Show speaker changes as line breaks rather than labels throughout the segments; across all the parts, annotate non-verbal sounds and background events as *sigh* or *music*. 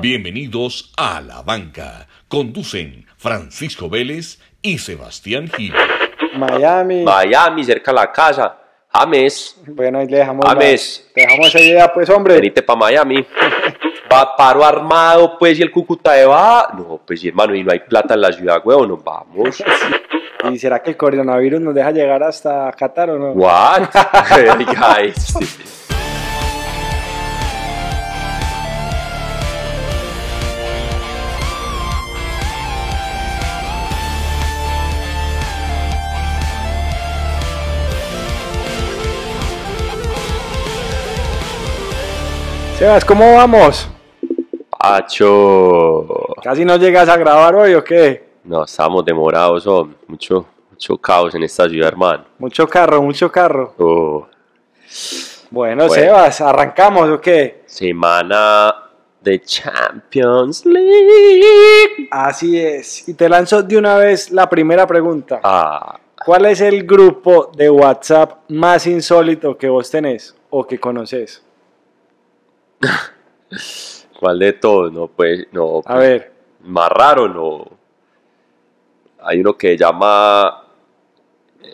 Bienvenidos a La Banca. Conducen Francisco Vélez y Sebastián Gil.
Miami.
Miami, cerca de la casa. James,
Bueno, ahí le dejamos, la-
James.
le dejamos esa idea, pues, hombre.
venite para Miami. Va paro armado, pues, y el Cúcuta de va. No, pues, sí, hermano, y no hay plata en la ciudad, huevón, nos vamos.
¿Y será que el coronavirus nos deja llegar hasta Qatar o no?
What? este Hey, guys.
Sebas, ¿cómo vamos?
Pacho.
¿Casi no llegas a grabar hoy o qué?
No, estamos demorados, hombre. Mucho, mucho caos en esta ciudad, hermano.
Mucho carro, mucho carro.
Oh,
Bueno,
Bueno.
Sebas, ¿arrancamos o qué?
semana de Champions League.
Así es. Y te lanzo de una vez la primera pregunta.
Ah,
¿Cuál es el grupo de WhatsApp más insólito que vos tenés o que conoces?
¿cuál de todos? No, pues, no.
A ver, *laughs*
más raro, no. Hay uno que llama.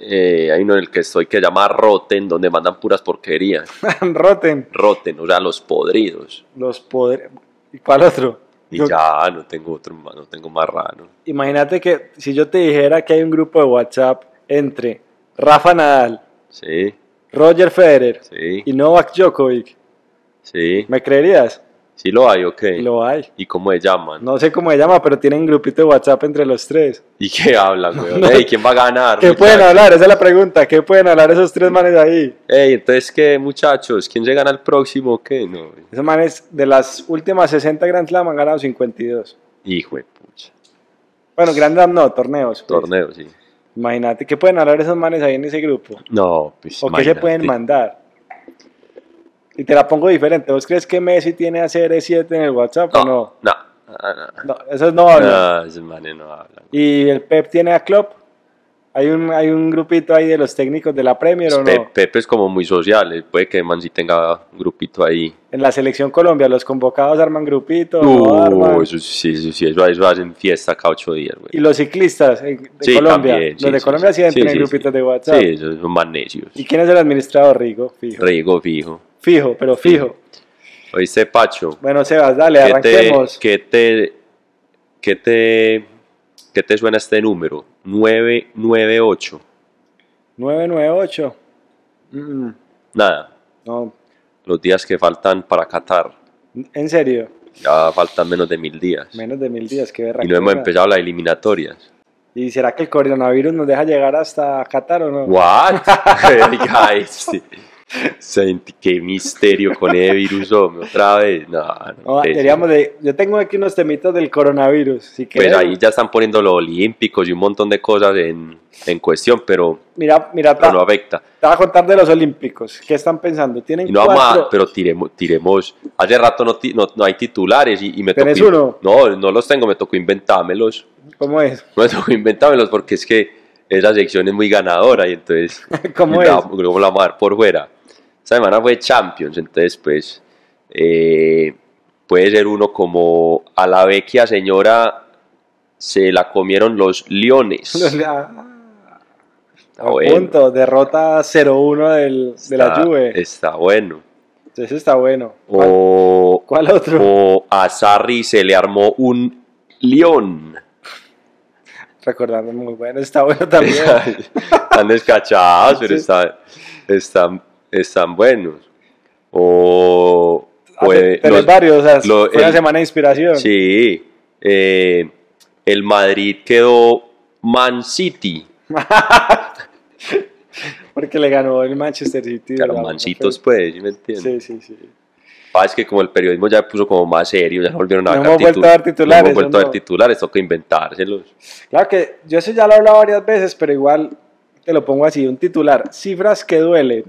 eh, hay uno en el que estoy que llama Roten, donde mandan puras porquerías.
*laughs* Roten,
Roten, o sea, los podridos.
los poderes. ¿Y cuál otro?
Y
Yo-
ya, no tengo otro, ma- no tengo más raro.
Imagínate que si yo te dijera que hay un grupo de WhatsApp entre Rafa Nadal,
Sí,
Roger Federer
sí,
y Novak Djokovic,
sí.
¿me creerías?
Sí lo hay, ok.
Lo hay.
¿Y cómo se llaman?
No sé cómo se llama, pero tienen grupito de WhatsApp entre los tres.
¿Y qué hablan, weón?
no.
Ey, ¿quién va a ganar?
¿Qué pueden
muchachos?
hablar? Esa es la pregunta. ¿Qué pueden hablar esos tres manes ahí?
Ey, entonces, ¿qué, muchachos? ¿Quién se gana el próximo o qué? No, weón.
Esos manes de las últimas 60 Grand Slam han ganado 52.
hijo de pucha.
Bueno, Grand Slam no, torneos. pues.
Torneo, sí.
Imagínate, ¿qué pueden hablar esos manes ahí en ese grupo?
No, pues.
¿O qué se pueden
imagínate.
mandar? Y te la pongo diferente. ¿Vos crees que Messi tiene a CR7 en el WhatsApp o no?
No, no, no.
No, esos no hablan.
No, Ah, esos manes no hablan.
¿Y el Pep tiene a Klopp? ¿Hay un, hay un grupito ahí de los técnicos de la Premier o
Pe-
no?
Pues Pepe es como muy social, eh, puede que Man sí tenga un grupito ahí.
En la selección Colombia, los convocados arman grupito, no arman.
Uh, eso sí, eso sí, eso, eso hacen fiesta cada ocho días, güey.
Y los ciclistas eh, de
Sí,
Colombia,
también, sí,
los de
sí,
Colombia
sí.
sí, entran
Sí,
en
sí,
grupitos
sí.
de WhatsApp.
Sí, esos son más necios.
¿Y quién es el administrador? Rigo, fijo.
Rigo fijo.
Fijo, pero fijo.
Oíste, Pacho,
Bueno, Sebas, dale,
¿qué te,
arranquemos.
qué te, qué te, qué te suena este número? 998.
998. Mm,
Nada,
no,
los días que faltan para Qatar.
en serio,
Ya faltan menos de mil días.
menos de mil días, qué berraquera.
Y no hemos empezado las eliminatorias.
¿Y será que el coronavirus nos deja llegar hasta Qatar o no? *laughs*
What? Hey, guys. Sent- qué misterio con el virus, hombre, otra vez. No, no
No,
puede ser.
deberíamos de- yo tengo aquí unos temitas del coronavirus. Si
Pues
querés,
ahí ya están poniendo los olímpicos y un montón de cosas en, en cuestión, pero,
Mira, mira,
pero
ta-
no afecta.
Te voy a contar de los Olímpicos. ¿Qué están pensando? Tienen
Y no vamos a-
cuatro.
pero tiremos, tiremos. Hace rato no, ti- no, no hay titulares y, y me tocó.
¿Tenés
in-
uno?
No, no los tengo, me tocó inventármelos.
¿Cómo es? *laughs*
Me *laughs* tocó inventármelos porque es que esa sección es muy ganadora y entonces
¿Cómo
la,
es?
luego la vamos a dar por fuera. Esta semana fue Champions, entonces pues eh, puede ser uno como a la vecchia señora se la comieron los
*laughs*
leones.
Ah,
Está bueno,
Punto. Derrota 0-1 del- de la
está- eh. Oh.
Juve. Ah.
Está bueno.
Ese está bueno. ¿Cuál,
O,
cuál otro?
o a Sarri se le armó un león.
Recordando, muy bueno. Está bueno
*laughs*
también.
están descachados, pero
Sí.
están, están, están buenos. O, o, eh,
Ah, Tenés
los-
varios. o sea,
lo-
fue una
el-
semana de inspiración.
Sí, eh, el Madrid quedó Man City.
Porque le ganó el Manchester City.
Claro,
la-
mancitos, pues, ¿sí ¿me entiendes?
Sí, sí, sí.
Ah, es que como el periodismo ya puso como más serio, ya no volvieron a
No
dar
hemos vuelto a dar titulares,
No hemos vuelto a
¿no?
dar titulares, toca inventárselos.
Claro que yo eso ya lo he hablado varias veces, pero igual te lo pongo así, un titular, cifras que duelen.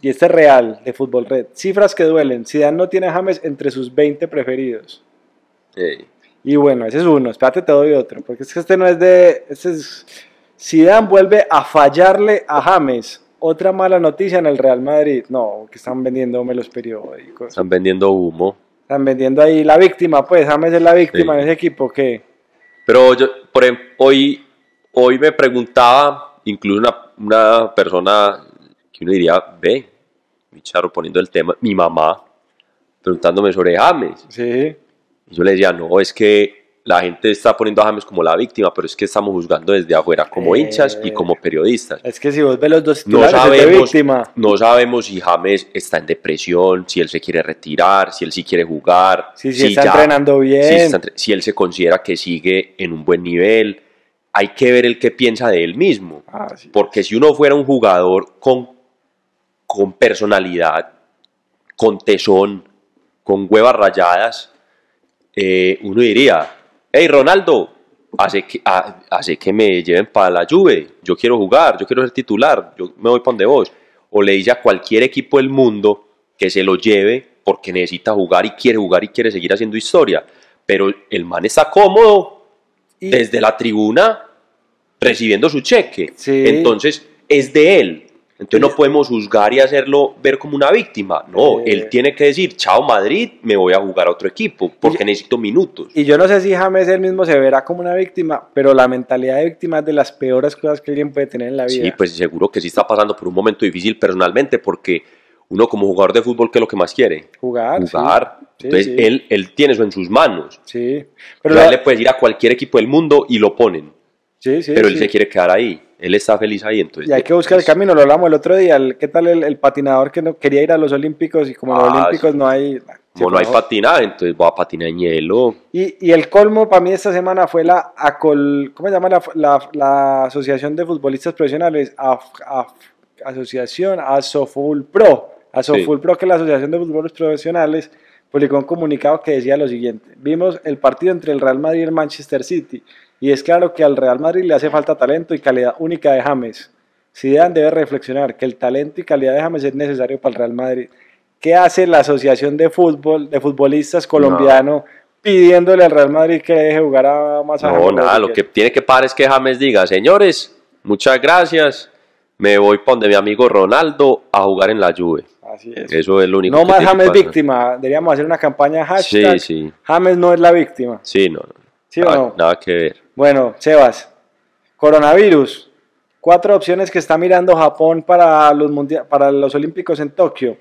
Y este es real de Fútbol Red. Cifras que duelen. Zidane no tiene a James entre sus 20 preferidos.
Eh,
Y bueno, ese es uno. Espérate, te doy otro. Porque es que este no es de... Este es... Zidane vuelve a fallarle a James. Otra mala noticia en el Real Madrid. No, que están vendiéndome los periódicos.
están vendiendo humo.
Están vendiendo ahí la víctima, pues James es la víctima en ese equipo que
Pero yo, por ejemplo, hoy, hoy me preguntaba, incluso una, una persona que uno diría, ve, mi charro poniendo el tema, mi mamá, preguntándome sobre James.
sí,
Y yo le decía, no, es que la gente está poniendo a James como la víctima, pero es que estamos juzgando desde afuera como
Eh.
hinchas y como periodistas.
es que si vos ves los dos
No
titulares es de
sabemos,
víctima.
no sabemos si James está en depresión, si él se quiere retirar, si él sí quiere jugar,
Sí, sí, está entrenando bien.
si, está entre- si él se considera que sigue en un buen nivel. Hay que ver el que piensa de él mismo.
Ah, sí.
Porque si uno fuera un jugador con, con personalidad, con tesón, con huevas rayadas, eh, uno diría, hey Ronaldo, hace que, ha- hace que me lleven para la Juve, yo quiero jugar, yo quiero ser titular, yo me voy para donde vos. O le dice a cualquier equipo del mundo que se lo lleve porque necesita jugar y quiere jugar y quiere seguir haciendo historia. Pero el man está cómodo
Y-
desde la tribuna recibiendo su cheque.
Sí. Pues,
Entonces es de él. Entonces
Sí.
no podemos juzgar y hacerlo ver como una víctima. No,
Eh.
él tiene que decir, chao Madrid, me voy a jugar a otro equipo porque necesito minutos.
Y yo no sé si James él mismo se verá como una víctima, pero la mentalidad de víctima es de las peores cosas que alguien puede tener en la vida.
Sí, pues seguro que sí está pasando por un momento difícil personalmente porque uno como jugador de fútbol, ¿qué es lo que más quiere?
jugar. sí.
Jugar.
Sí,
Entonces
sí.
él, él tiene eso en sus manos.
Sí,
Pero
pero la-
él le puede ir a cualquier equipo del mundo y lo ponen.
sí, sí,
pero él
sí.
se quiere quedar ahí. Él está feliz ahí. Entonces, eh,
Y hay que buscar el
es-
camino, lo hablamos el otro día. el- ¿Qué tal el, el patinador que no quería ir a los Olímpicos y como en los
Ah,
Olímpicos
sí.
no hay.
Como no hay
patinador
patinaje, entonces va a patinar en hielo.
Y, y el colmo para mí esta semana fue la ACOL, ¿cómo se llama la, la- la Asociación de Futbolistas Profesionales? Af, Af- asociación Asoful Pro. Asoful Pro, que es la Asociación de Futbolistas Profesionales, publicó un comunicado que decía lo siguiente. Vimos el partido entre el Real Madrid y el Manchester City. Y es claro que al Real Madrid le hace falta talento y calidad única de James. Zidane debe reflexionar que el talento y calidad de James es necesario para el Real Madrid. ¿Qué hace la Asociación de Fútbol de Futbolistas Colombiano pidiéndole al Real Madrid que deje jugar a más a
No,
James
nada, lo que
Rodríguez?
tiene que parar es que James diga, señores, muchas gracias, me voy para donde mi amigo Ronaldo a jugar en la Juve.
Así es.
Eso es lo único
No
que
más
tiene que
James
pasar.
víctima. Deberíamos hacer una campaña hashtag
Sí, sí,
James no es la víctima.
sí, no, no.
¿Sí o
nada,
no?
nada que ver.
Bueno, Sebas, coronavirus. Cuatro opciones que está mirando Japón para los, mundia- para los Olímpicos en Tokio.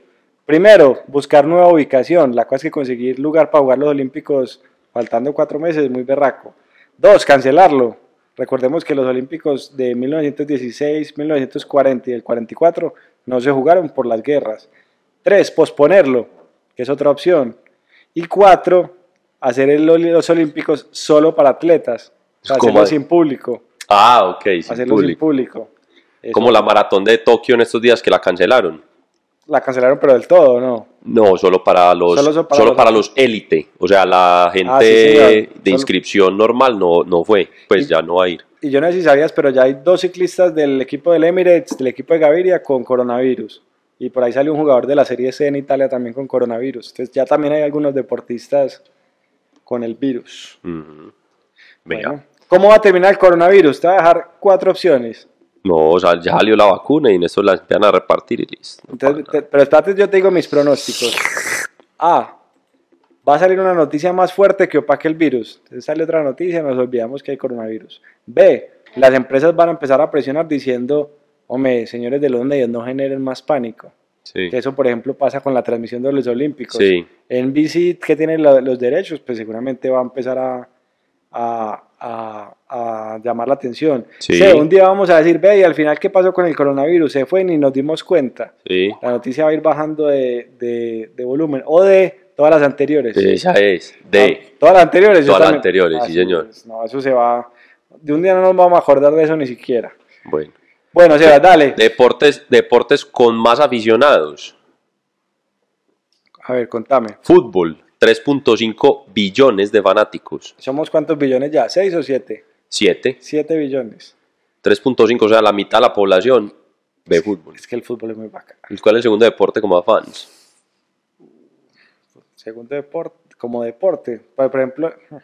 Primero, buscar nueva ubicación. La cosa es que conseguir lugar para jugar los Olímpicos faltando cuatro meses es muy berraco. Dos, cancelarlo. Recordemos que los Olímpicos de 1916, 1940 y el 44 no se jugaron por las guerras. Tres, posponerlo, que es otra opción. Y cuatro, hacer el oli- los Olímpicos solo para atletas, o sea,
¿Cómo
hacerlo
es?
sin público.
Ah, ok, sin
hacerlo sin
público.
público. Eso.
Como la maratón de Tokio en estos días que la cancelaron.
La cancelaron, pero del todo, ¿no?
No, solo para los
Solo son
solo
para
para,
los- Ah,
los élite, o sea, la gente
señor.
de
Solo-
inscripción normal no, no fue, pues
Y-
ya no va a ir.
Y yo no sé si sabías, pero ya hay dos ciclistas del equipo del Emirates, del equipo de Gaviria, con coronavirus. Y por ahí salió un jugador de la Serie C en Italia también con coronavirus. Entonces ya también hay algunos deportistas con el virus.
Ujú. Vea.
Bueno, ¿Cómo va a terminar el coronavirus? Te voy a dejar cuatro opciones.
No, o sea, ya salió la vacuna y en eso la empiezan a repartir y listo.
Entonces, te- pero espérate, yo te digo mis pronósticos. A. Va a salir una noticia más fuerte que opaque el virus. Entonces sale otra noticia, nos olvidamos que hay coronavirus. B. Las empresas van a empezar a presionar diciendo, hombre, señores de los medios, no generen más pánico.
Sí.
Que eso, por ejemplo, pasa con la transmisión de los Olímpicos.
Sí.
NBC, que tiene lo- los derechos, pues seguramente va a empezar a, a- a- a llamar la atención.
Sí.
C, un día vamos a decir, ve, y al final, ¿qué pasó con el coronavirus? Se fue y ni nos dimos cuenta.
Sí,
La noticia va a ir bajando de, de- de volumen o de todas las anteriores.
esa es. De.
No, todas las anteriores. yo
Todas las
también.
anteriores, sí,
Así
señor.
es, no, eso se va. De un día no nos vamos a acordar de eso ni siquiera.
Bueno.
Bueno, Sebas, dale.
Deportes, deportes con más aficionados.
A ver, contame.
Fútbol, 3.5 billones de fanáticos.
¿Somos cuántos billones ya? ¿Seis o siete?
7.
Siete billones.
3.5, o sea, la mitad de la población ve fútbol.
Es que el fútbol es muy bacán.
¿Cuál es el segundo deporte con más fans?
Segundo deporte, como deporte. pues, Por por ejemplo, *laughs*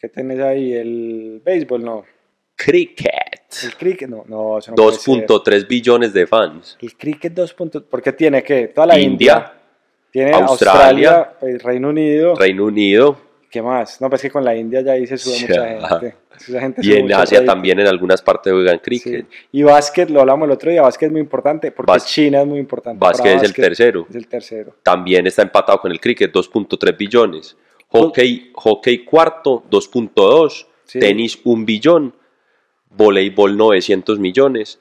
¿qué tenés ahí? El béisbol, no.
Cricket.
El cricket, no. no eso no puede ser.
2.3 billones de fans.
El cricket 2.0, porque tiene que toda la India,
India,
Tiene
Australia,
Australia, pues, Reino Unido.
Reino Unido
¿Qué más? No, pues que con la India ya ahí se sube
Ya.
mucha gente. Esa gente
y
sube
en
mucho
Asia
rating.
también en algunas partes juegan cricket.
Sí. Y básquet, lo hablamos el otro día, básquet es muy importante porque
Bas-
China es muy importante. para
Básquet es el tercero.
Es el tercero.
También está empatado con el cricket, 2.3 billones. Hockey, hockey cuarto, 2.2.
Sí.
Tenis, 1 billón. Voleibol, 900 millones.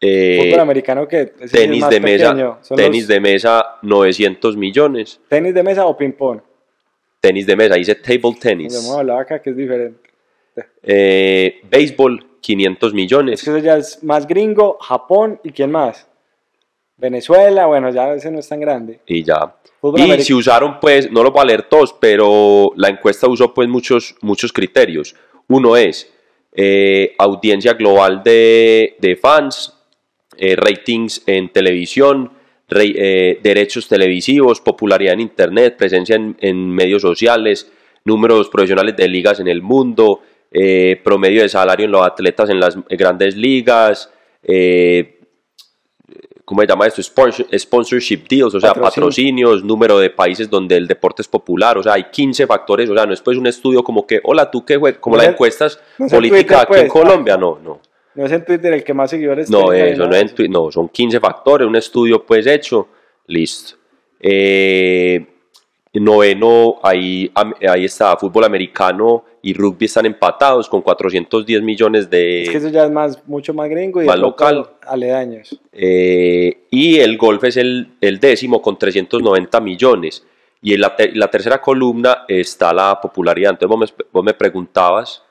Eh,
Fútbol americano que es el
tenis
más
de mesa,
pequeño, son
tenis
los-
de mesa, 900 millones.
tenis de mesa o ping pong.
Tenis de mesa, dice table
Nos
tennis.
hemos hablado acá que es diferente.
Eh, béisbol, 500
Es que
millones.
eso ya es más gringo, Japón y quién más. Venezuela, bueno, ya ese no es tan grande.
Y ya.
Fútbol
Y
americano.
si usaron, pues, no lo voy a leer todos, pero la encuesta usó, pues, muchos, muchos criterios. Uno es eh, audiencia global de, de fans, eh, ratings en televisión, re- eh, derechos televisivos, popularidad en Internet, presencia en, en medios sociales, números profesionales de ligas en el mundo, eh, promedio de salario en los atletas en las grandes ligas, eh, ¿cómo se llama esto? Sponsor- sponsorship deals, o sea,
Patrocinio.
patrocinios, número de países donde el deporte es popular, o sea, hay 15 factores, o sea, no es pues un estudio como que, hola, tú qué, güey, como
No
las
es-
encuestas
no es en Twitter,
políticas aquí en
pues.
Colombia, no, no,
No es en Twitter el que más seguidores
no,
tenga,
eso
nada
no
de
es en Twi- no, son 15 factores, un estudio pues hecho, listo. Eh, noveno, ahí, am- ahí está, fútbol americano y rugby están empatados con 410 millones de...
Es que eso ya es más, mucho más gringo y
eh, Más
de pronto
local.
Aledaños.
Eh, y el golf es el, el décimo con 390 millones. Y en la, te- la tercera columna está la popularidad. Entonces vos me, vos me preguntabas,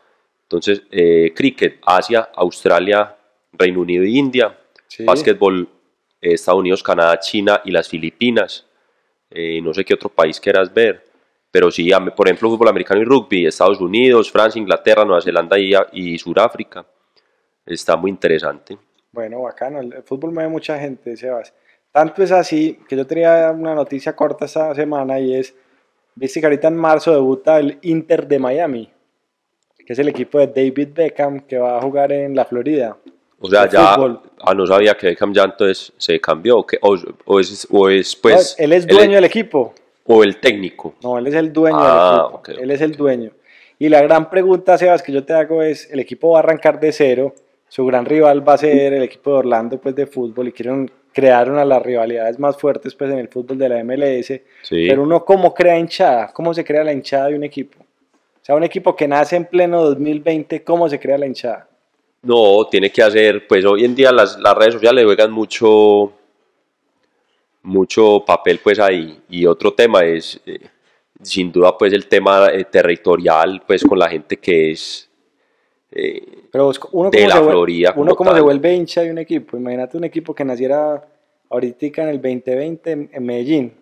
entonces, eh, cricket, Asia, Australia, Reino Unido e India,
Sí.
básquetbol, eh, Estados Unidos, Canadá, China y las Filipinas. Eh, no sé qué otro país quieras ver, pero sí, am- por ejemplo, fútbol americano y rugby, Estados Unidos, Francia, Inglaterra, Nueva Zelanda y, y Sudáfrica. Está muy interesante.
Bueno, bacano. El el fútbol mueve mucha gente, Sebas. Tanto es así que yo tenía una noticia corta esta semana y es, viste que ahorita en marzo debuta el Inter de Miami, que es el equipo de David Beckham que va a jugar en la Florida.
O sea,
de
ya
fútbol.
ah, no sabía que Beckham ya entonces se cambió. ¿o qué? O, o es, o es, pues.
No, él es dueño del equipo.
O el técnico.
No, él es el dueño
Ah,
del equipo.
ok,
Él es el dueño. Y la gran pregunta, Sebas, que yo te hago es, el equipo va a arrancar de cero, su gran rival va a ser el equipo de Orlando pues, de fútbol y quieren crear una de las rivalidades más fuertes pues, en el fútbol de la MLS.
Sí.
Pero uno, ¿cómo crea hinchada? ¿Cómo se crea la hinchada de un equipo? O sea, un equipo que nace en pleno 2020, ¿cómo se crea la hinchada?
No, tiene que hacer. Pues hoy en día las, las redes sociales juegan mucho. Mucho papel, pues ahí. Y otro tema es. eh, sin duda, pues el tema eh, territorial, pues con la gente que es. eh,
Pero vos- uno,
De
cómo,
la
se, vuel-
Florida como
uno cómo
tal.
se vuelve hincha de un equipo. Imagínate un equipo que naciera ahorita en el 2020 en, en Medellín.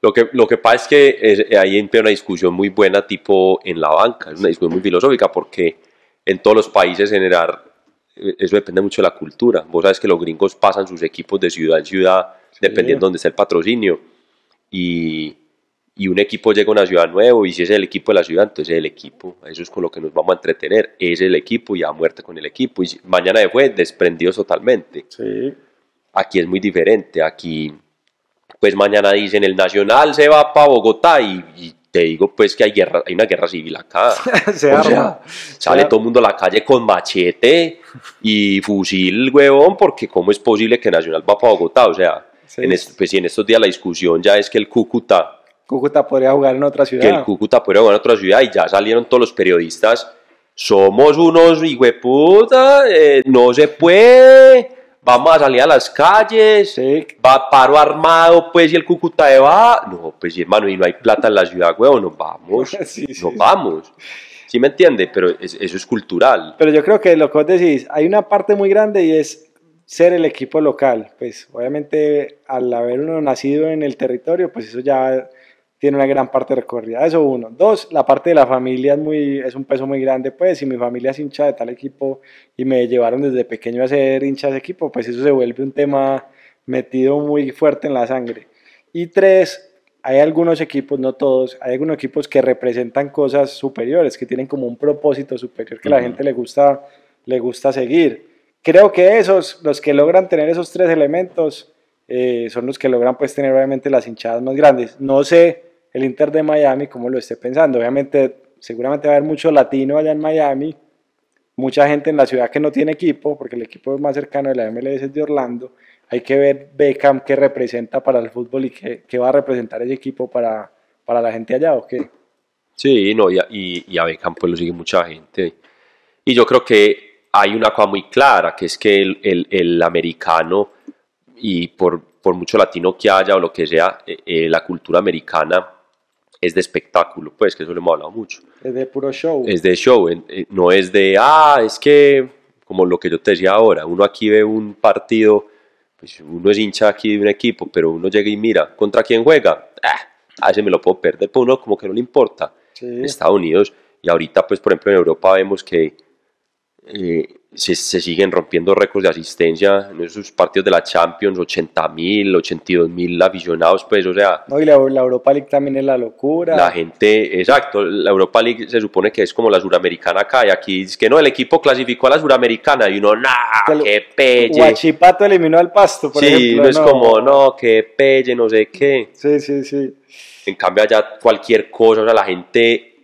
Lo que, lo que pasa es que es- ahí empieza una discusión muy buena, tipo en la banca, es una discusión muy filosófica, porque en todos los países generar, eh, eso depende mucho de la cultura. Vos sabes que los gringos pasan sus equipos de ciudad en ciudad, dependiendo dónde está el patrocinio, y, y un equipo llega a una ciudad nueva, y si es el equipo de la ciudad, entonces es el equipo, eso es con lo que nos vamos a entretener, es el equipo y a muerte con el equipo, y si- mañana después desprendidos totalmente
Sí.
aquí es muy diferente. Aquí, pues mañana dicen el Nacional se va para Bogotá y, y te digo pues que hay guerra, hay una guerra civil acá.
*laughs* se
O
arma.
sea, sale
sea-
todo el mundo a la calle con machete y fusil, huevón, porque cómo es posible que Nacional va para Bogotá. O sea,
Sí.
en es- pues si en estos días la discusión ya es que el Cúcuta,
Cúcuta podría jugar en otra ciudad.
que el Cúcuta puede jugar en otra ciudad y ya salieron todos los periodistas. Somos unos hijueputa, eh, no se puede, vamos a salir a las calles,
Sí. *laughs*
va paro armado, pues, y el Cúcuta de va. No, pues, y hermano, y no hay plata en la ciudad, huevón, nos vamos.
*laughs* Sí, sí,
nos
sí.
vamos. ¿Sí me entiende? Pero es- eso es cultural.
Pero yo creo que lo que vos decís, hay una parte muy grande y es ser el equipo local. Pues obviamente al haber uno nacido en el territorio, pues eso ya tiene una gran parte de recorrida. Eso uno. Dos, la parte de la familia es, muy, es un peso muy grande. Pues si mi familia es hincha de tal equipo y me llevaron desde pequeño a ser hincha de ese equipo, pues eso se vuelve un tema metido muy fuerte en la sangre. Y tres, hay algunos equipos, no todos, hay algunos equipos que representan cosas superiores, que tienen como un propósito superior que la
Ujú.
gente le gusta, le gusta seguir. Creo que esos, los que logran tener esos tres elementos, eh, son los que logran pues tener obviamente las hinchadas más grandes. No sé el Inter de Miami cómo lo esté pensando, obviamente seguramente va a haber mucho latino allá en Miami, mucha gente en la ciudad que no tiene equipo, porque el equipo más cercano de la MLS es de Orlando, hay que ver Beckham qué representa para el fútbol y qué, qué va a representar ese equipo para, para la gente allá o qué.
Sí, no, y a, y, y a Beckham pues lo sigue mucha gente. Y yo creo que hay una cosa muy clara, que es que el, el, el americano, y por, por, mucho latino que haya o lo que sea, eh, eh, la cultura americana es de espectáculo, pues que eso lo hemos hablado mucho.
Es de puro show.
Es de show, eh, no es de, ah, es que, como lo que yo te decía ahora, uno aquí ve un partido, pues uno es hincha aquí de un equipo, pero uno llega y mira, ¿contra quién juega? Ah, a ese me lo puedo perder, pues uno como que no le importa. Sí. Estados Unidos, y ahorita pues por ejemplo en Europa vemos que eh, se, se, siguen rompiendo récords de asistencia en esos partidos de la Champions, 80 mil, 82 mil aficionados, pues, o sea...
No, y la, la, Europa League también es la locura.
La gente, exacto, la Europa League se supone que es como la suramericana acá, y aquí es que no, el equipo clasificó a la suramericana, y uno, nah, el, qué pelle.
Guachipato eliminó al pasto, por
sí,
ejemplo.
no es como, no, qué pelle, no sé qué.
Sí, sí, sí.
En cambio allá cualquier cosa, o sea, la gente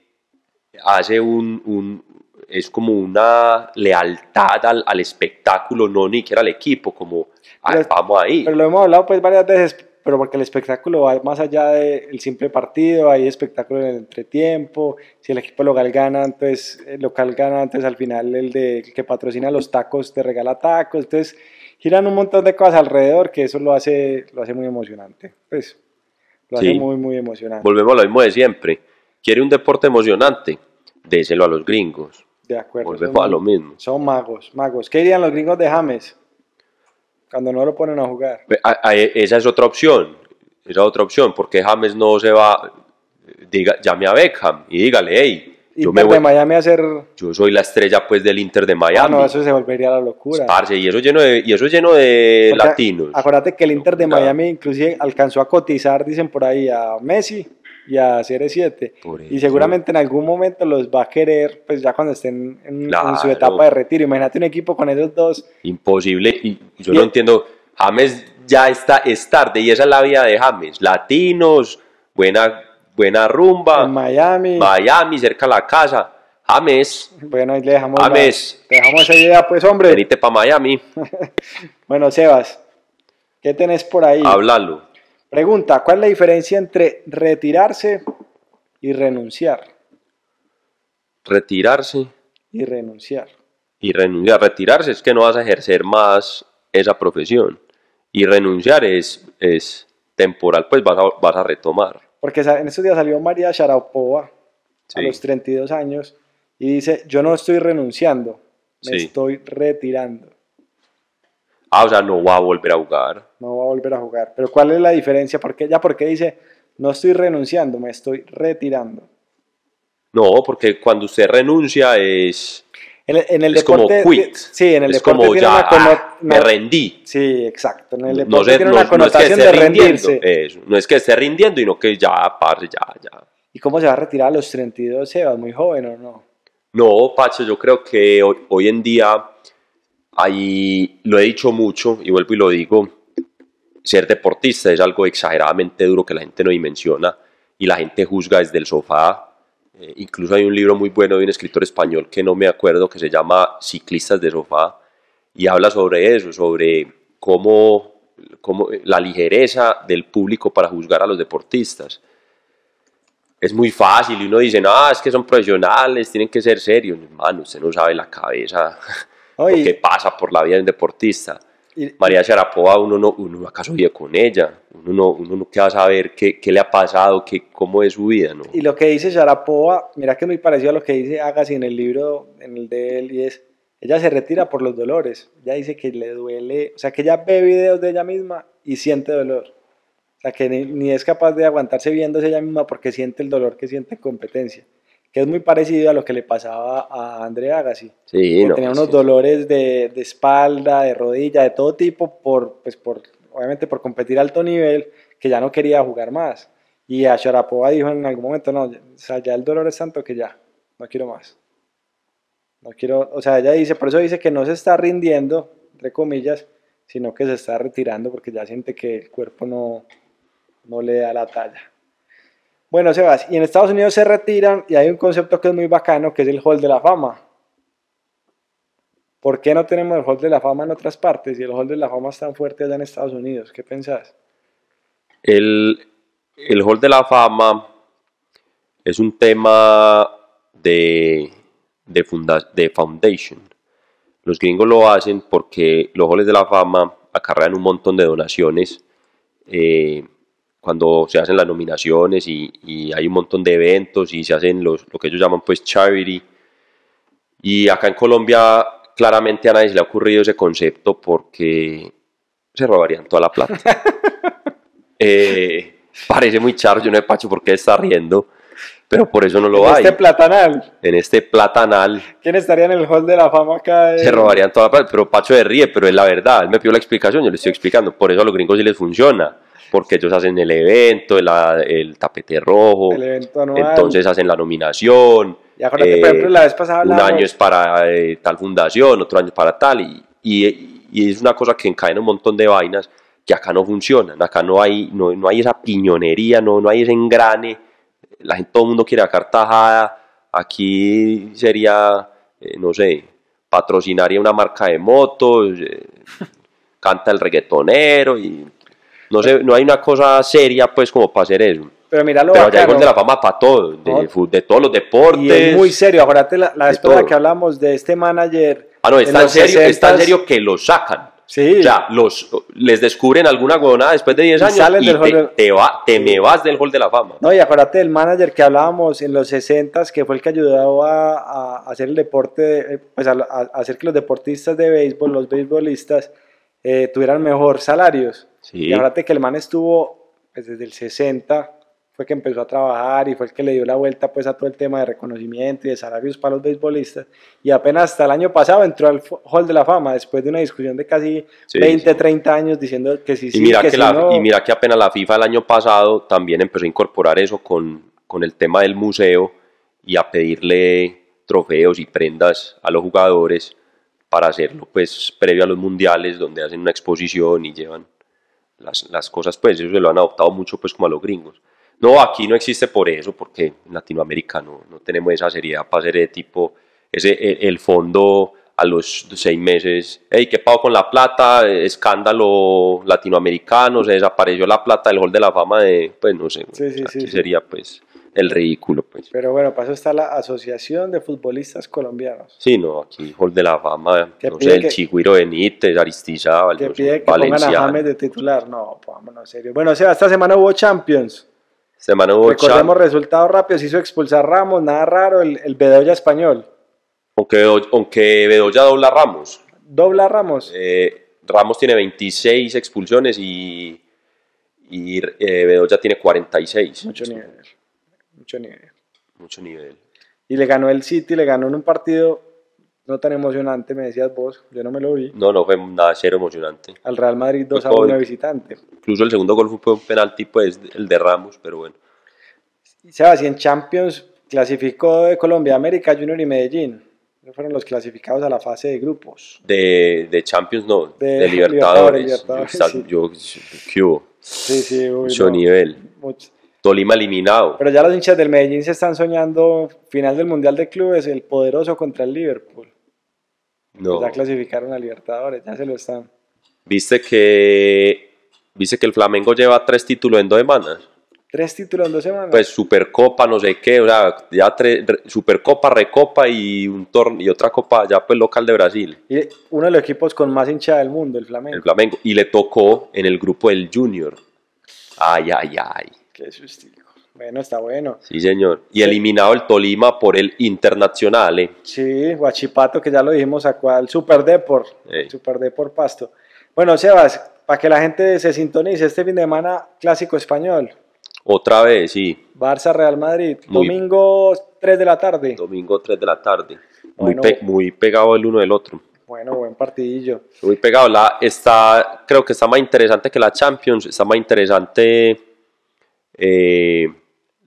hace un, un, es como una lealtad al, al espectáculo, no ni que era al equipo, como pero, vamos ahí.
Pero lo hemos hablado pues varias veces, pero porque el espectáculo va más allá del de simple partido, hay espectáculo en el entretiempo, si el equipo local gana, entonces local gana, entonces al final el, de, el que patrocina los tacos te regala tacos, entonces giran un montón de cosas alrededor que eso lo hace, lo hace muy emocionante, pues lo sí. hace muy muy emocionante.
Volvemos a lo mismo de siempre, quiere un deporte emocionante, déselo a los gringos.
De acuerdo.
Volvemos a lo mismo.
Son magos, magos. ¿Qué dirían los gringos de James cuando no lo ponen a jugar?
A, a, esa es otra opción. Esa es otra opción, porque James no se va. Diga, llame a Beckham y dígale, hey.
Inter yo me voy, pues, de Miami a hacer...
Yo soy la estrella pues del Inter de Miami. Ah,
no, eso se volvería la locura.
Parce, y eso lleno de, y eso lleno de porque, Eh, latinos.
Acuérdate que el Inter de Miami inclusive alcanzó a cotizar, dicen por ahí, a Messi y a CR7. Y seguramente en algún momento los va a querer, pues ya cuando estén en, claro. en su etapa de retiro. Imagínate un equipo con esos dos.
Imposible. Y yo y no el... entiendo. James ya está, es tarde y esa es la vida de James. Latinos, buena, buena rumba.
En Miami.
Miami, cerca de la casa. James.
Bueno, ahí le dejamos.
James.
La, dejamos esa idea, pues, hombre.
Venite para Miami.
bueno, Sebas, ¿qué tenés por ahí?
Háblalo.
Pregunta, ¿cuál es la diferencia entre retirarse y renunciar?
Retirarse.
Y renunciar.
Y renunciar. Retirarse es que no vas a ejercer más esa profesión. Y renunciar es, es temporal, pues vas a, vas a retomar.
Porque en estos días salió María Sharapova sí. a los 32 años y dice, yo no estoy renunciando, me sí. estoy retirando.
Ah, o sea, no va a volver a jugar.
No va a volver a jugar. Pero ¿cuál es la diferencia? Porque ella porque dice, no estoy renunciando, me estoy retirando.
No, porque cuando usted renuncia es
en el, en el
es
deporte,
como quit.
Sí, en el
es
deporte
como ya ah, no, me rendí.
Sí, exacto. En el deporte no, sé, tiene no, una connotación
no es que eh.
de rendirse.
Eso, no es que esté rindiendo, sino que ya, parce, ya, ya.
¿Y cómo se va a retirar a los 32, Sebas? ¿Muy joven o no?
No, Pacho, yo creo que hoy, hoy en día ahí lo he dicho mucho y vuelvo y lo digo, ser deportista es algo exageradamente duro que la gente no dimensiona y la gente juzga desde el sofá. Eh, incluso hay un libro muy bueno de un escritor español que no me acuerdo que se llama Ciclistas de Sofá y habla sobre eso, sobre cómo, cómo la ligereza del público para juzgar a los deportistas. Es muy fácil y uno dice, no, es que son profesionales, tienen que ser serios. Hermano, usted no sabe la cabeza *laughs* lo que pasa por la vida de un deportista. Y, María Sharapova, uno no, uno acaso vive con ella, uno no, uno no queda a saber qué, qué, le ha pasado, qué, cómo es su vida. ¿no?
Y lo que dice Sharapova, mira que es muy parecido a lo que dice Agassi en el libro, en el de él, y es, ella se retira por los dolores, ella dice que le duele, o sea, que ella ve videos de ella misma y siente dolor. O sea, que ni, ni es capaz de aguantarse viéndose ella misma porque siente el dolor que siente en competencia que es muy parecido a lo que le pasaba a André Agassi.
Sí,
que no, tenía unos sí. dolores de, de, espalda, de rodilla, de todo tipo, por, pues por, obviamente por competir a alto nivel, que ya no quería jugar más. Y a Sharapova dijo en algún momento, no, o sea, ya el dolor es tanto que ya, no quiero más. No quiero, o sea, ella dice, por eso dice que no se está rindiendo, entre comillas, sino que se está retirando porque ya siente que el cuerpo no, no le da la talla. Bueno, Sebas, y en Estados Unidos se retiran y hay un concepto que es muy bacano, que es el Hall de la Fama. ¿Por qué no tenemos el Hall de la Fama en otras partes y el Hall de la Fama es tan fuerte allá en Estados Unidos? ¿Qué pensás?
El, el Hall de la Fama es un tema de, de, funda- de foundation. Los gringos lo hacen porque los Halls de la Fama acarrean un montón de donaciones eh, cuando se hacen las nominaciones y, y hay un montón de eventos y se hacen los, lo que ellos llaman pues charity. Y acá en Colombia claramente a nadie se le ha ocurrido ese concepto porque se robarían toda la plata.
*laughs*
Eh, parece muy charro, yo no sé Pacho por qué está riendo, pero por eso no lo
En
hay.
Este platanal,
en este platanal
¿quién estaría en el Hall de la Fama acá? de-
se robarían toda la plata, pero Pacho se ríe, pero es la verdad, él me pidió la explicación, yo le estoy explicando, por eso a los gringos sí les funciona, porque ellos hacen el evento, el, el tapete rojo,
El evento anual.
entonces hacen la nominación,
y acuérdate,
eh,
por ejemplo, la vez pasada
un
hablábamos-
año es para eh, tal fundación, otro año es para tal, y, y- y es una cosa que encadena un montón de vainas que acá no funcionan, acá no hay, no, no hay esa piñonería, no, no hay ese engrane, la gente, todo el mundo quiere sacar tajada, aquí sería, eh, no sé, patrocinaría una marca de motos,
*laughs*
eh, canta el reggaetonero, y no, sé, no hay una cosa seria pues como para hacer eso.
Pero mira lo
Pero allá hay gol
bacano.
de la fama para todo, de,
ah, No.
fu- de todos los
Y es
deportes.
muy serio. Acuérdate la, la vez
de
pasada
todo.
que hablamos de este manager.
Ah, no, es tan,
los
serio, es tan
60s.
serio que lo sacan.
Sí.
Ya, los, les descubren alguna huevonada después de 10
Y
años
salen
y
del
te,
Hall de-
te va- te me vas del Hall de la Fama.
No, y acuérdate del manager que hablábamos en los 60 que fue el que ayudó a, a hacer el deporte, eh, pues a, a hacer que los deportistas de béisbol, los beisbolistas, eh, tuvieran mejor salarios.
Sí.
Y acuérdate que el man estuvo pues, desde el 60, fue que empezó a trabajar y fue el que le dio la vuelta pues a todo el tema de reconocimiento y de salarios para los beisbolistas. Y apenas hasta el año pasado entró al f- Hall de la Fama después de una discusión de casi
Sí,
20,
sí.
30 años diciendo que sí,
Y,
sí,
mira
que
que
sí,
la-
no.
y mira que apenas la FIFA el año pasado también empezó a incorporar eso con, con el tema del museo y a pedirle trofeos y prendas a los jugadores para hacerlo pues previo a los mundiales donde hacen una exposición y llevan las, las cosas pues eso se lo han adoptado mucho pues como a los gringos no aquí no existe por eso porque en Latinoamérica no, no tenemos esa seriedad para hacer de tipo ese el, el fondo a los seis meses hey qué pago con la plata escándalo latinoamericano se desapareció la plata del hall de la fama de pues no sé
Sí, sí, sí,
aquí
sí.
sería pues el ridículo pues
Pero bueno, para eso está la Asociación de Futbolistas Colombianos.
Sí, no, aquí Hall de la Fama,
Que
no
pide
sé, el
que-
Chigüiro Benítez, Aristizábal,
Que
no sé,
pide que pongan a
Valenciano.
James de titular. No, vámonos, serio. Bueno, Seba, esta semana hubo Champions.
Semana Este hubo
Recordemos
Champ-
resultados rápidos. Hizo expulsar Ramos, nada raro. El, el Bedoya español.
aunque, Bedo- aunque Bedoya dobla a Ramos.
Dobla a Ramos.
Eh, Ramos tiene 26 expulsiones y, y eh, Bedoya tiene 46.
Mucho nivel. Mucho nivel.
Mucho nivel.
Y le ganó el City, le ganó en un partido no tan emocionante, me decías vos. Yo no me lo vi.
No, no fue nada cero emocionante.
Al Real Madrid 2 a
Pues,
1
hoy-
visitante.
Incluso el segundo gol fue un penalti, pues el de Ramos, pero bueno.
Sebas, y en Champions clasificó de Colombia, América Junior y Medellín. Esos fueron los clasificados a la fase de grupos.
De, de Champions no,
De
de, Libertadores.
Libertadores,
yo, yo- ¿qué hubo?
Sí, sí, uy,
Mucho
no,
nivel.
mucho.
Tolima eliminado.
Pero ya los hinchas del Medellín se están soñando final del Mundial de Clubes, el poderoso contra el Liverpool.
No.
Ya clasificaron a Libertadores, ya se lo están.
Viste que viste que el Flamengo lleva tres títulos en dos semanas.
Tres títulos en dos semanas.
Pues Supercopa, no sé qué, o sea, ya tres re- Supercopa, Recopa y un torneo y otra copa ya pues local de Brasil,
Y uno de los equipos con más hincha del mundo, el
el
Flamengo.
Flamengo y le tocó en el grupo del Junior. Ay, ay, ay.
Qué sustico. Bueno, está bueno.
Sí, señor. Y eliminado el Tolima por el Internacional. eh,
Sí, Guachipato, que ya lo dijimos, sacó al Super Depor.
Ey.
Super Depor Pasto. Bueno, Sebas, para que la gente se sintonice, este fin de semana clásico español.
Otra vez, sí.
Barça Real Madrid,
Muy-
domingo 3 de la tarde.
Domingo 3 de la tarde. Muy,
Bueno.
pe- muy pegado el uno del otro.
Bueno, buen partidillo.
Muy pegado. La, está, creo que está más interesante que la Champions. Está más interesante eh,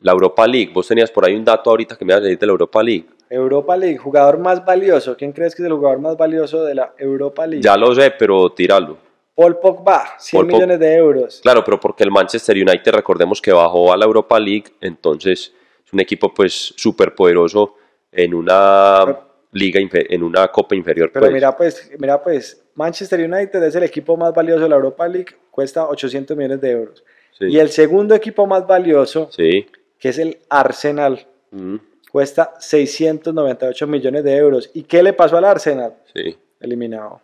la Europa League. Vos tenías por ahí un dato ahorita que me vas a decir de la Europa League.
Europa League, jugador más valioso. ¿Quién crees que es el jugador más valioso de la Europa League?
Ya lo sé, pero tíralo.
Paul Pogba, 100
Paul Pog-
millones de euros.
Claro, pero porque el Manchester United, recordemos que bajó a la Europa League, entonces es un equipo pues súper poderoso en una liga, infe- en una copa inferior.
Pero
pues.
mira pues, mira pues, Manchester United es el equipo más valioso de la Europa League, cuesta 800 millones de euros.
sí.
Y el segundo equipo más valioso,
Sí.
que es el Arsenal,
Mm,
cuesta 698 millones de euros. ¿Y qué le pasó al Arsenal?
sí.
Eliminado.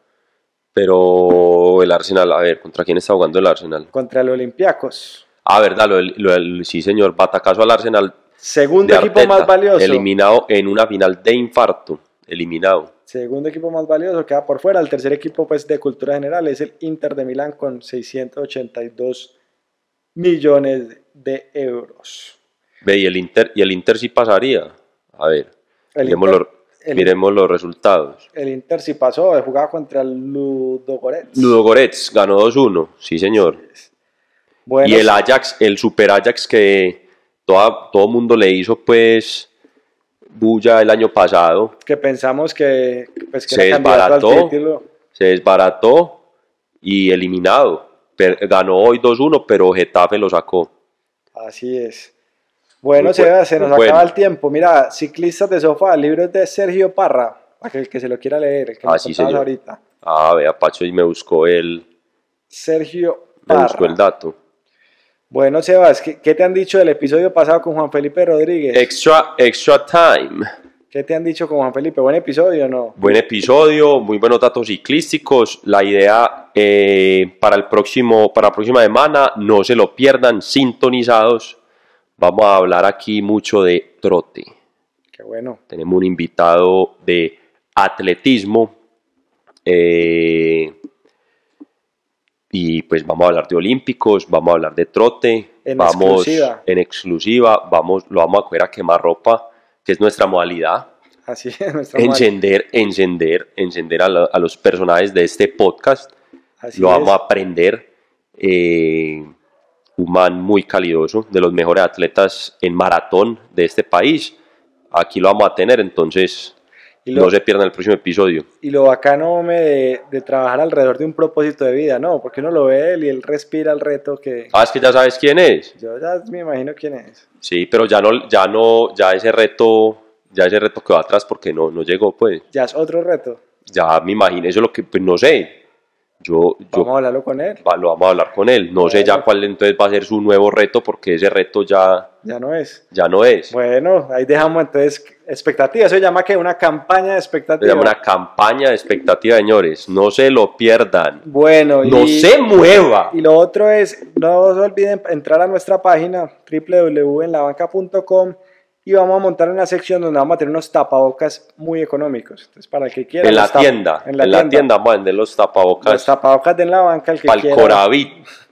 Pero el Arsenal, a ver, ¿contra quién está jugando el Arsenal?
Contra el Olympiacos.
Ah, verdad, lo del- lo del- sí señor, batacazo al Arsenal
Segundo
de
equipo
Arteta,
más valioso.
eliminado en una final de infarto, eliminado.
Segundo equipo más valioso queda por fuera. El tercer equipo pues, de cultura general es el Inter de Milán con 682 millones de euros.
Ve, y el Inter, y el Inter sí pasaría. A ver,
El
miremos,
Inter,
los,
el-
miremos los resultados.
el Inter sí pasó, jugaba contra el Ludogorets.
Ludogorets ganó 2-1, sí señor.
Bueno,
y el Ajax, el super Ajax que toda, todo mundo le hizo pues bulla el año pasado,
que pensamos que, pues, que
Se
era candidato al
desbarató.
título.
se desbarató y eliminado. Per- ganó hoy 2-1, pero Getafe lo sacó.
Así es. Bueno,
Muy
se,
buen-
se nos
muy bueno.
acaba el tiempo. Mira, Ciclistas de Sofá, libros de Sergio Parra, aquel que se lo quiera leer, el que
Ah,
nos
sí,
contabas
señor.
ahorita.
Ah, vea, Pacho, y me buscó el,
Sergio
me
Parra.
buscó el dato.
Bueno, Sebas, ¿qué, qué te han dicho del episodio pasado con Juan Felipe Rodríguez?
Extra, extra time.
¿Qué te han dicho con Juan Felipe? ¿Buen episodio o no?
Buen episodio, muy buenos datos ciclísticos. La idea eh, para el próximo, para la próxima semana, no se lo pierdan, sintonizados. Vamos a hablar aquí mucho de trote.
Qué bueno.
Tenemos un invitado de atletismo. eh, y pues vamos a hablar de olímpicos, vamos a hablar de trote,
En
vamos
exclusiva.
en exclusiva, vamos, lo vamos a coger a quemar ropa, que es nuestra modalidad
Así es, nuestra madre.
encender, encender, encender a, la- a los personajes de este podcast.
Así
lo
es.
vamos a aprender. eh, un man muy calidoso, de los mejores atletas en maratón de este país. Aquí lo vamos a tener, entonces
Y lo,
no se pierdan el próximo episodio.
y lo bacano, hombre, de, de trabajar alrededor de un propósito de vida, ¿no? Porque uno lo ve él y él respira el reto que...
Ah, es que ya sabes quién es.
Yo ya me imagino quién es.
Sí, pero ya no, ya no, ya ese reto, ya ese reto quedó atrás porque no, no llegó, pues.
Ya es otro reto.
Ya me imagino, eso es lo que, pues no sé. Yo, yo
Vamos a hablarlo con él.
va- lo vamos a hablar con él. No sé ya
Bueno.
cuál entonces va a ser su nuevo reto, porque ese reto ya,
Ya no es.
ya no es.
Bueno, ahí dejamos entonces expectativas. Eso se llama que una campaña de
Se
expectativas.
llama una campaña de expectativa, señores. No se lo pierdan.
Bueno,
No
y...
se mueva.
Y lo otro es, no se olviden entrar a nuestra página www.enlabanca.com y vamos a montar una sección donde vamos a tener unos tapabocas muy económicos. Entonces, para el que quiera.
En la
los tap-
tienda. En la, tienda. vamos a vender los
Los
tapabocas
tapabocas de En la banca, el que
para el
quiera.
Coravit.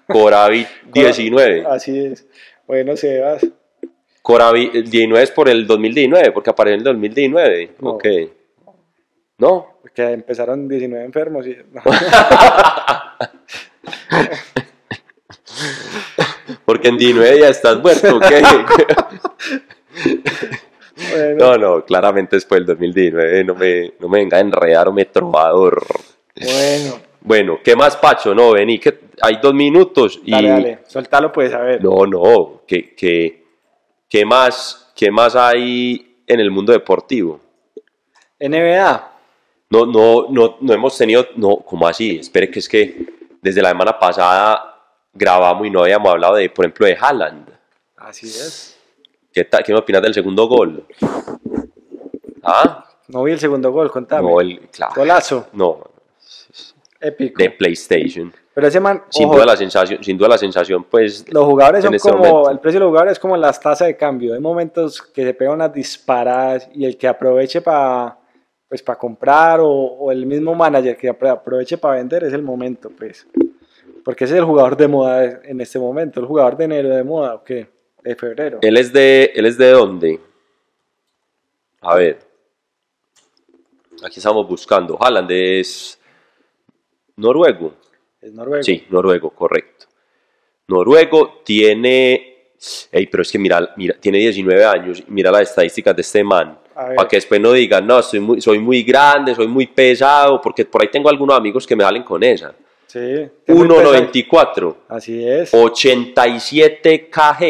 Coravit 19.
Así es. Bueno, Sebas.
Coravit el 19 es por el 2019, porque apareció en el 2019.
No.
Ok. No.
Porque empezaron 19 enfermos.
*laughs*
Y... *laughs*
Porque en 19 ya estás
*laughs*
muerto, ok.
Bueno,
No, no, claramente después del 2019. No me, no me venga a enredar o me trovador.
bueno.
Bueno, ¿qué más, Pacho? No, vení, que hay dos minutos y.
Dale, dale. Soltalo, pues, a ver.
No, no, ¿qué, qué, qué más, ¿qué más hay en el mundo deportivo?
NBA.
No, no, no, no hemos tenido. No, ¿cómo así? Espere, que es que desde la semana pasada grabamos y no habíamos hablado de, por ejemplo, de Haaland.
Así es.
¿Qué, tal, ¿Qué me opinas del segundo gol? ¿Ah?
No vi el segundo gol, contame.
No, el. Claro.
Golazo.
No,
Épico.
de PlayStation.
Pero ese man,
Sin
ojo,
duda la sensación, sin duda la sensación, pues.
los jugadores
en
son
ese
como,
momento.
el precio de los jugadores es como las tasas de cambio. Hay momentos que se pegan unas disparadas y el que aproveche para pues, para comprar o, o el mismo manager que apro- aproveche para vender es el momento, pues. Porque ese es el jugador de moda en este momento, el jugador de enero de moda, ¿o qué? De febrero.
Él es de. ¿Él es de dónde? A ver. Aquí estamos buscando. Haaland es. Noruego.
es noruego.
Sí, noruego, correcto. Noruego tiene. Ey, pero es que mira, mira, tiene 19 años. Mira las estadísticas de este man.
A ver.
Para que después no digan, no, soy muy, soy muy grande, soy muy pesado, porque por ahí tengo algunos amigos que me salen con esa.
Sí. es muy pesado.
1.94,
Así es.
87 kg,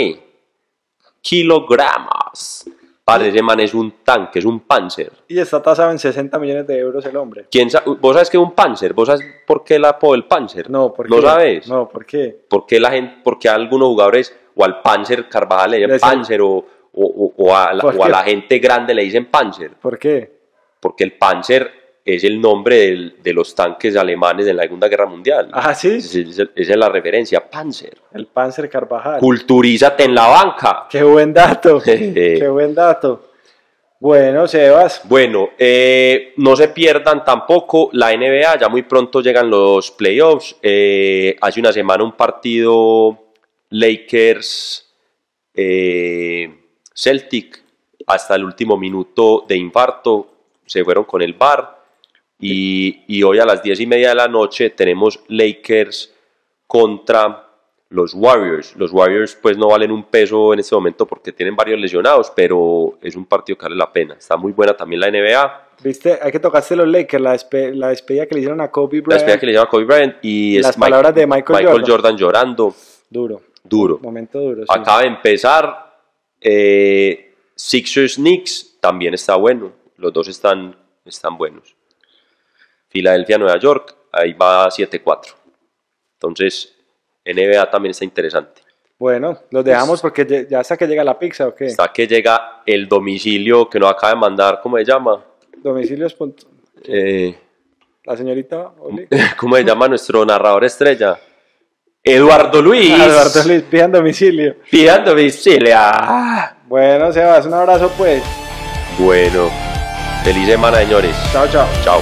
kilogramos. Padre, ese man es un tanque, es un panzer.
Y está tasado en 60 millones de euros el hombre.
¿Quién sa- ¿Vos sabes que es un panzer? ¿Vos sabes por qué el apodo el panzer?
No, ¿por qué?
¿No sabes?
No, ¿por qué?
¿Por qué la gente, porque a algunos jugadores o al Panzer Carvajal le
Le
dicen
decían-
Panzer o, o- o- o a la,
¿Por
o a
qué?
la gente grande le dicen Panzer?
¿Por qué?
Porque el Panzer es el nombre del- de los tanques alemanes de la Segunda Guerra Mundial.
Ah, sí.
Esa es, esa es la referencia, Panzer.
El Panzer Carvajal.
Culturízate en la banca.
Qué buen
*laughs*
dato.
Jeje.
qué buen dato. Bueno, Sebas.
Bueno, eh, no se pierdan tampoco la NBA, ya muy pronto llegan los playoffs. Eh, hace una semana un partido Lakers eh, Celtic hasta el último minuto de infarto, se fueron con el bar y, y hoy a las 10 y media de la noche tenemos Lakers contra los Warriors. Los Warriors pues no valen un peso en este momento porque tienen varios lesionados, pero es un partido que vale la pena. Está muy buena también la NBA.
Viste, hay que tocaste los Lakers, la, despe- la despedida que le hicieron a Kobe
La
Bryant.
despedida que le llama Kobe Bryant y es
Las
Mike-
palabras de Michael Jordan.
llorando
Duro,
duro.
momento duro. sí.
Acaba de empezar eh, Sixers Knicks también está bueno. Los dos están, están buenos. Filadelfia, Nueva York, ahí va 7-4. Entonces, NBA también está interesante.
Bueno, los dejamos porque ya ya hasta que llega la pizza o qué.
Pues- Está que llega el domicilio que nos acaba de mandar, ¿cómo se llama?
Domicilios. punto-
Eh, *laughs*
La señorita Oli.
¿Cómo se llama nuestro narrador estrella? Eduardo
*laughs*
Luis.
Alberto Luis, pidan domicilio.
Pidan domicilio. Ah.
Bueno, Sebas, un abrazo pues.
Bueno, feliz semana, señores.
Chao, chao.
Chao.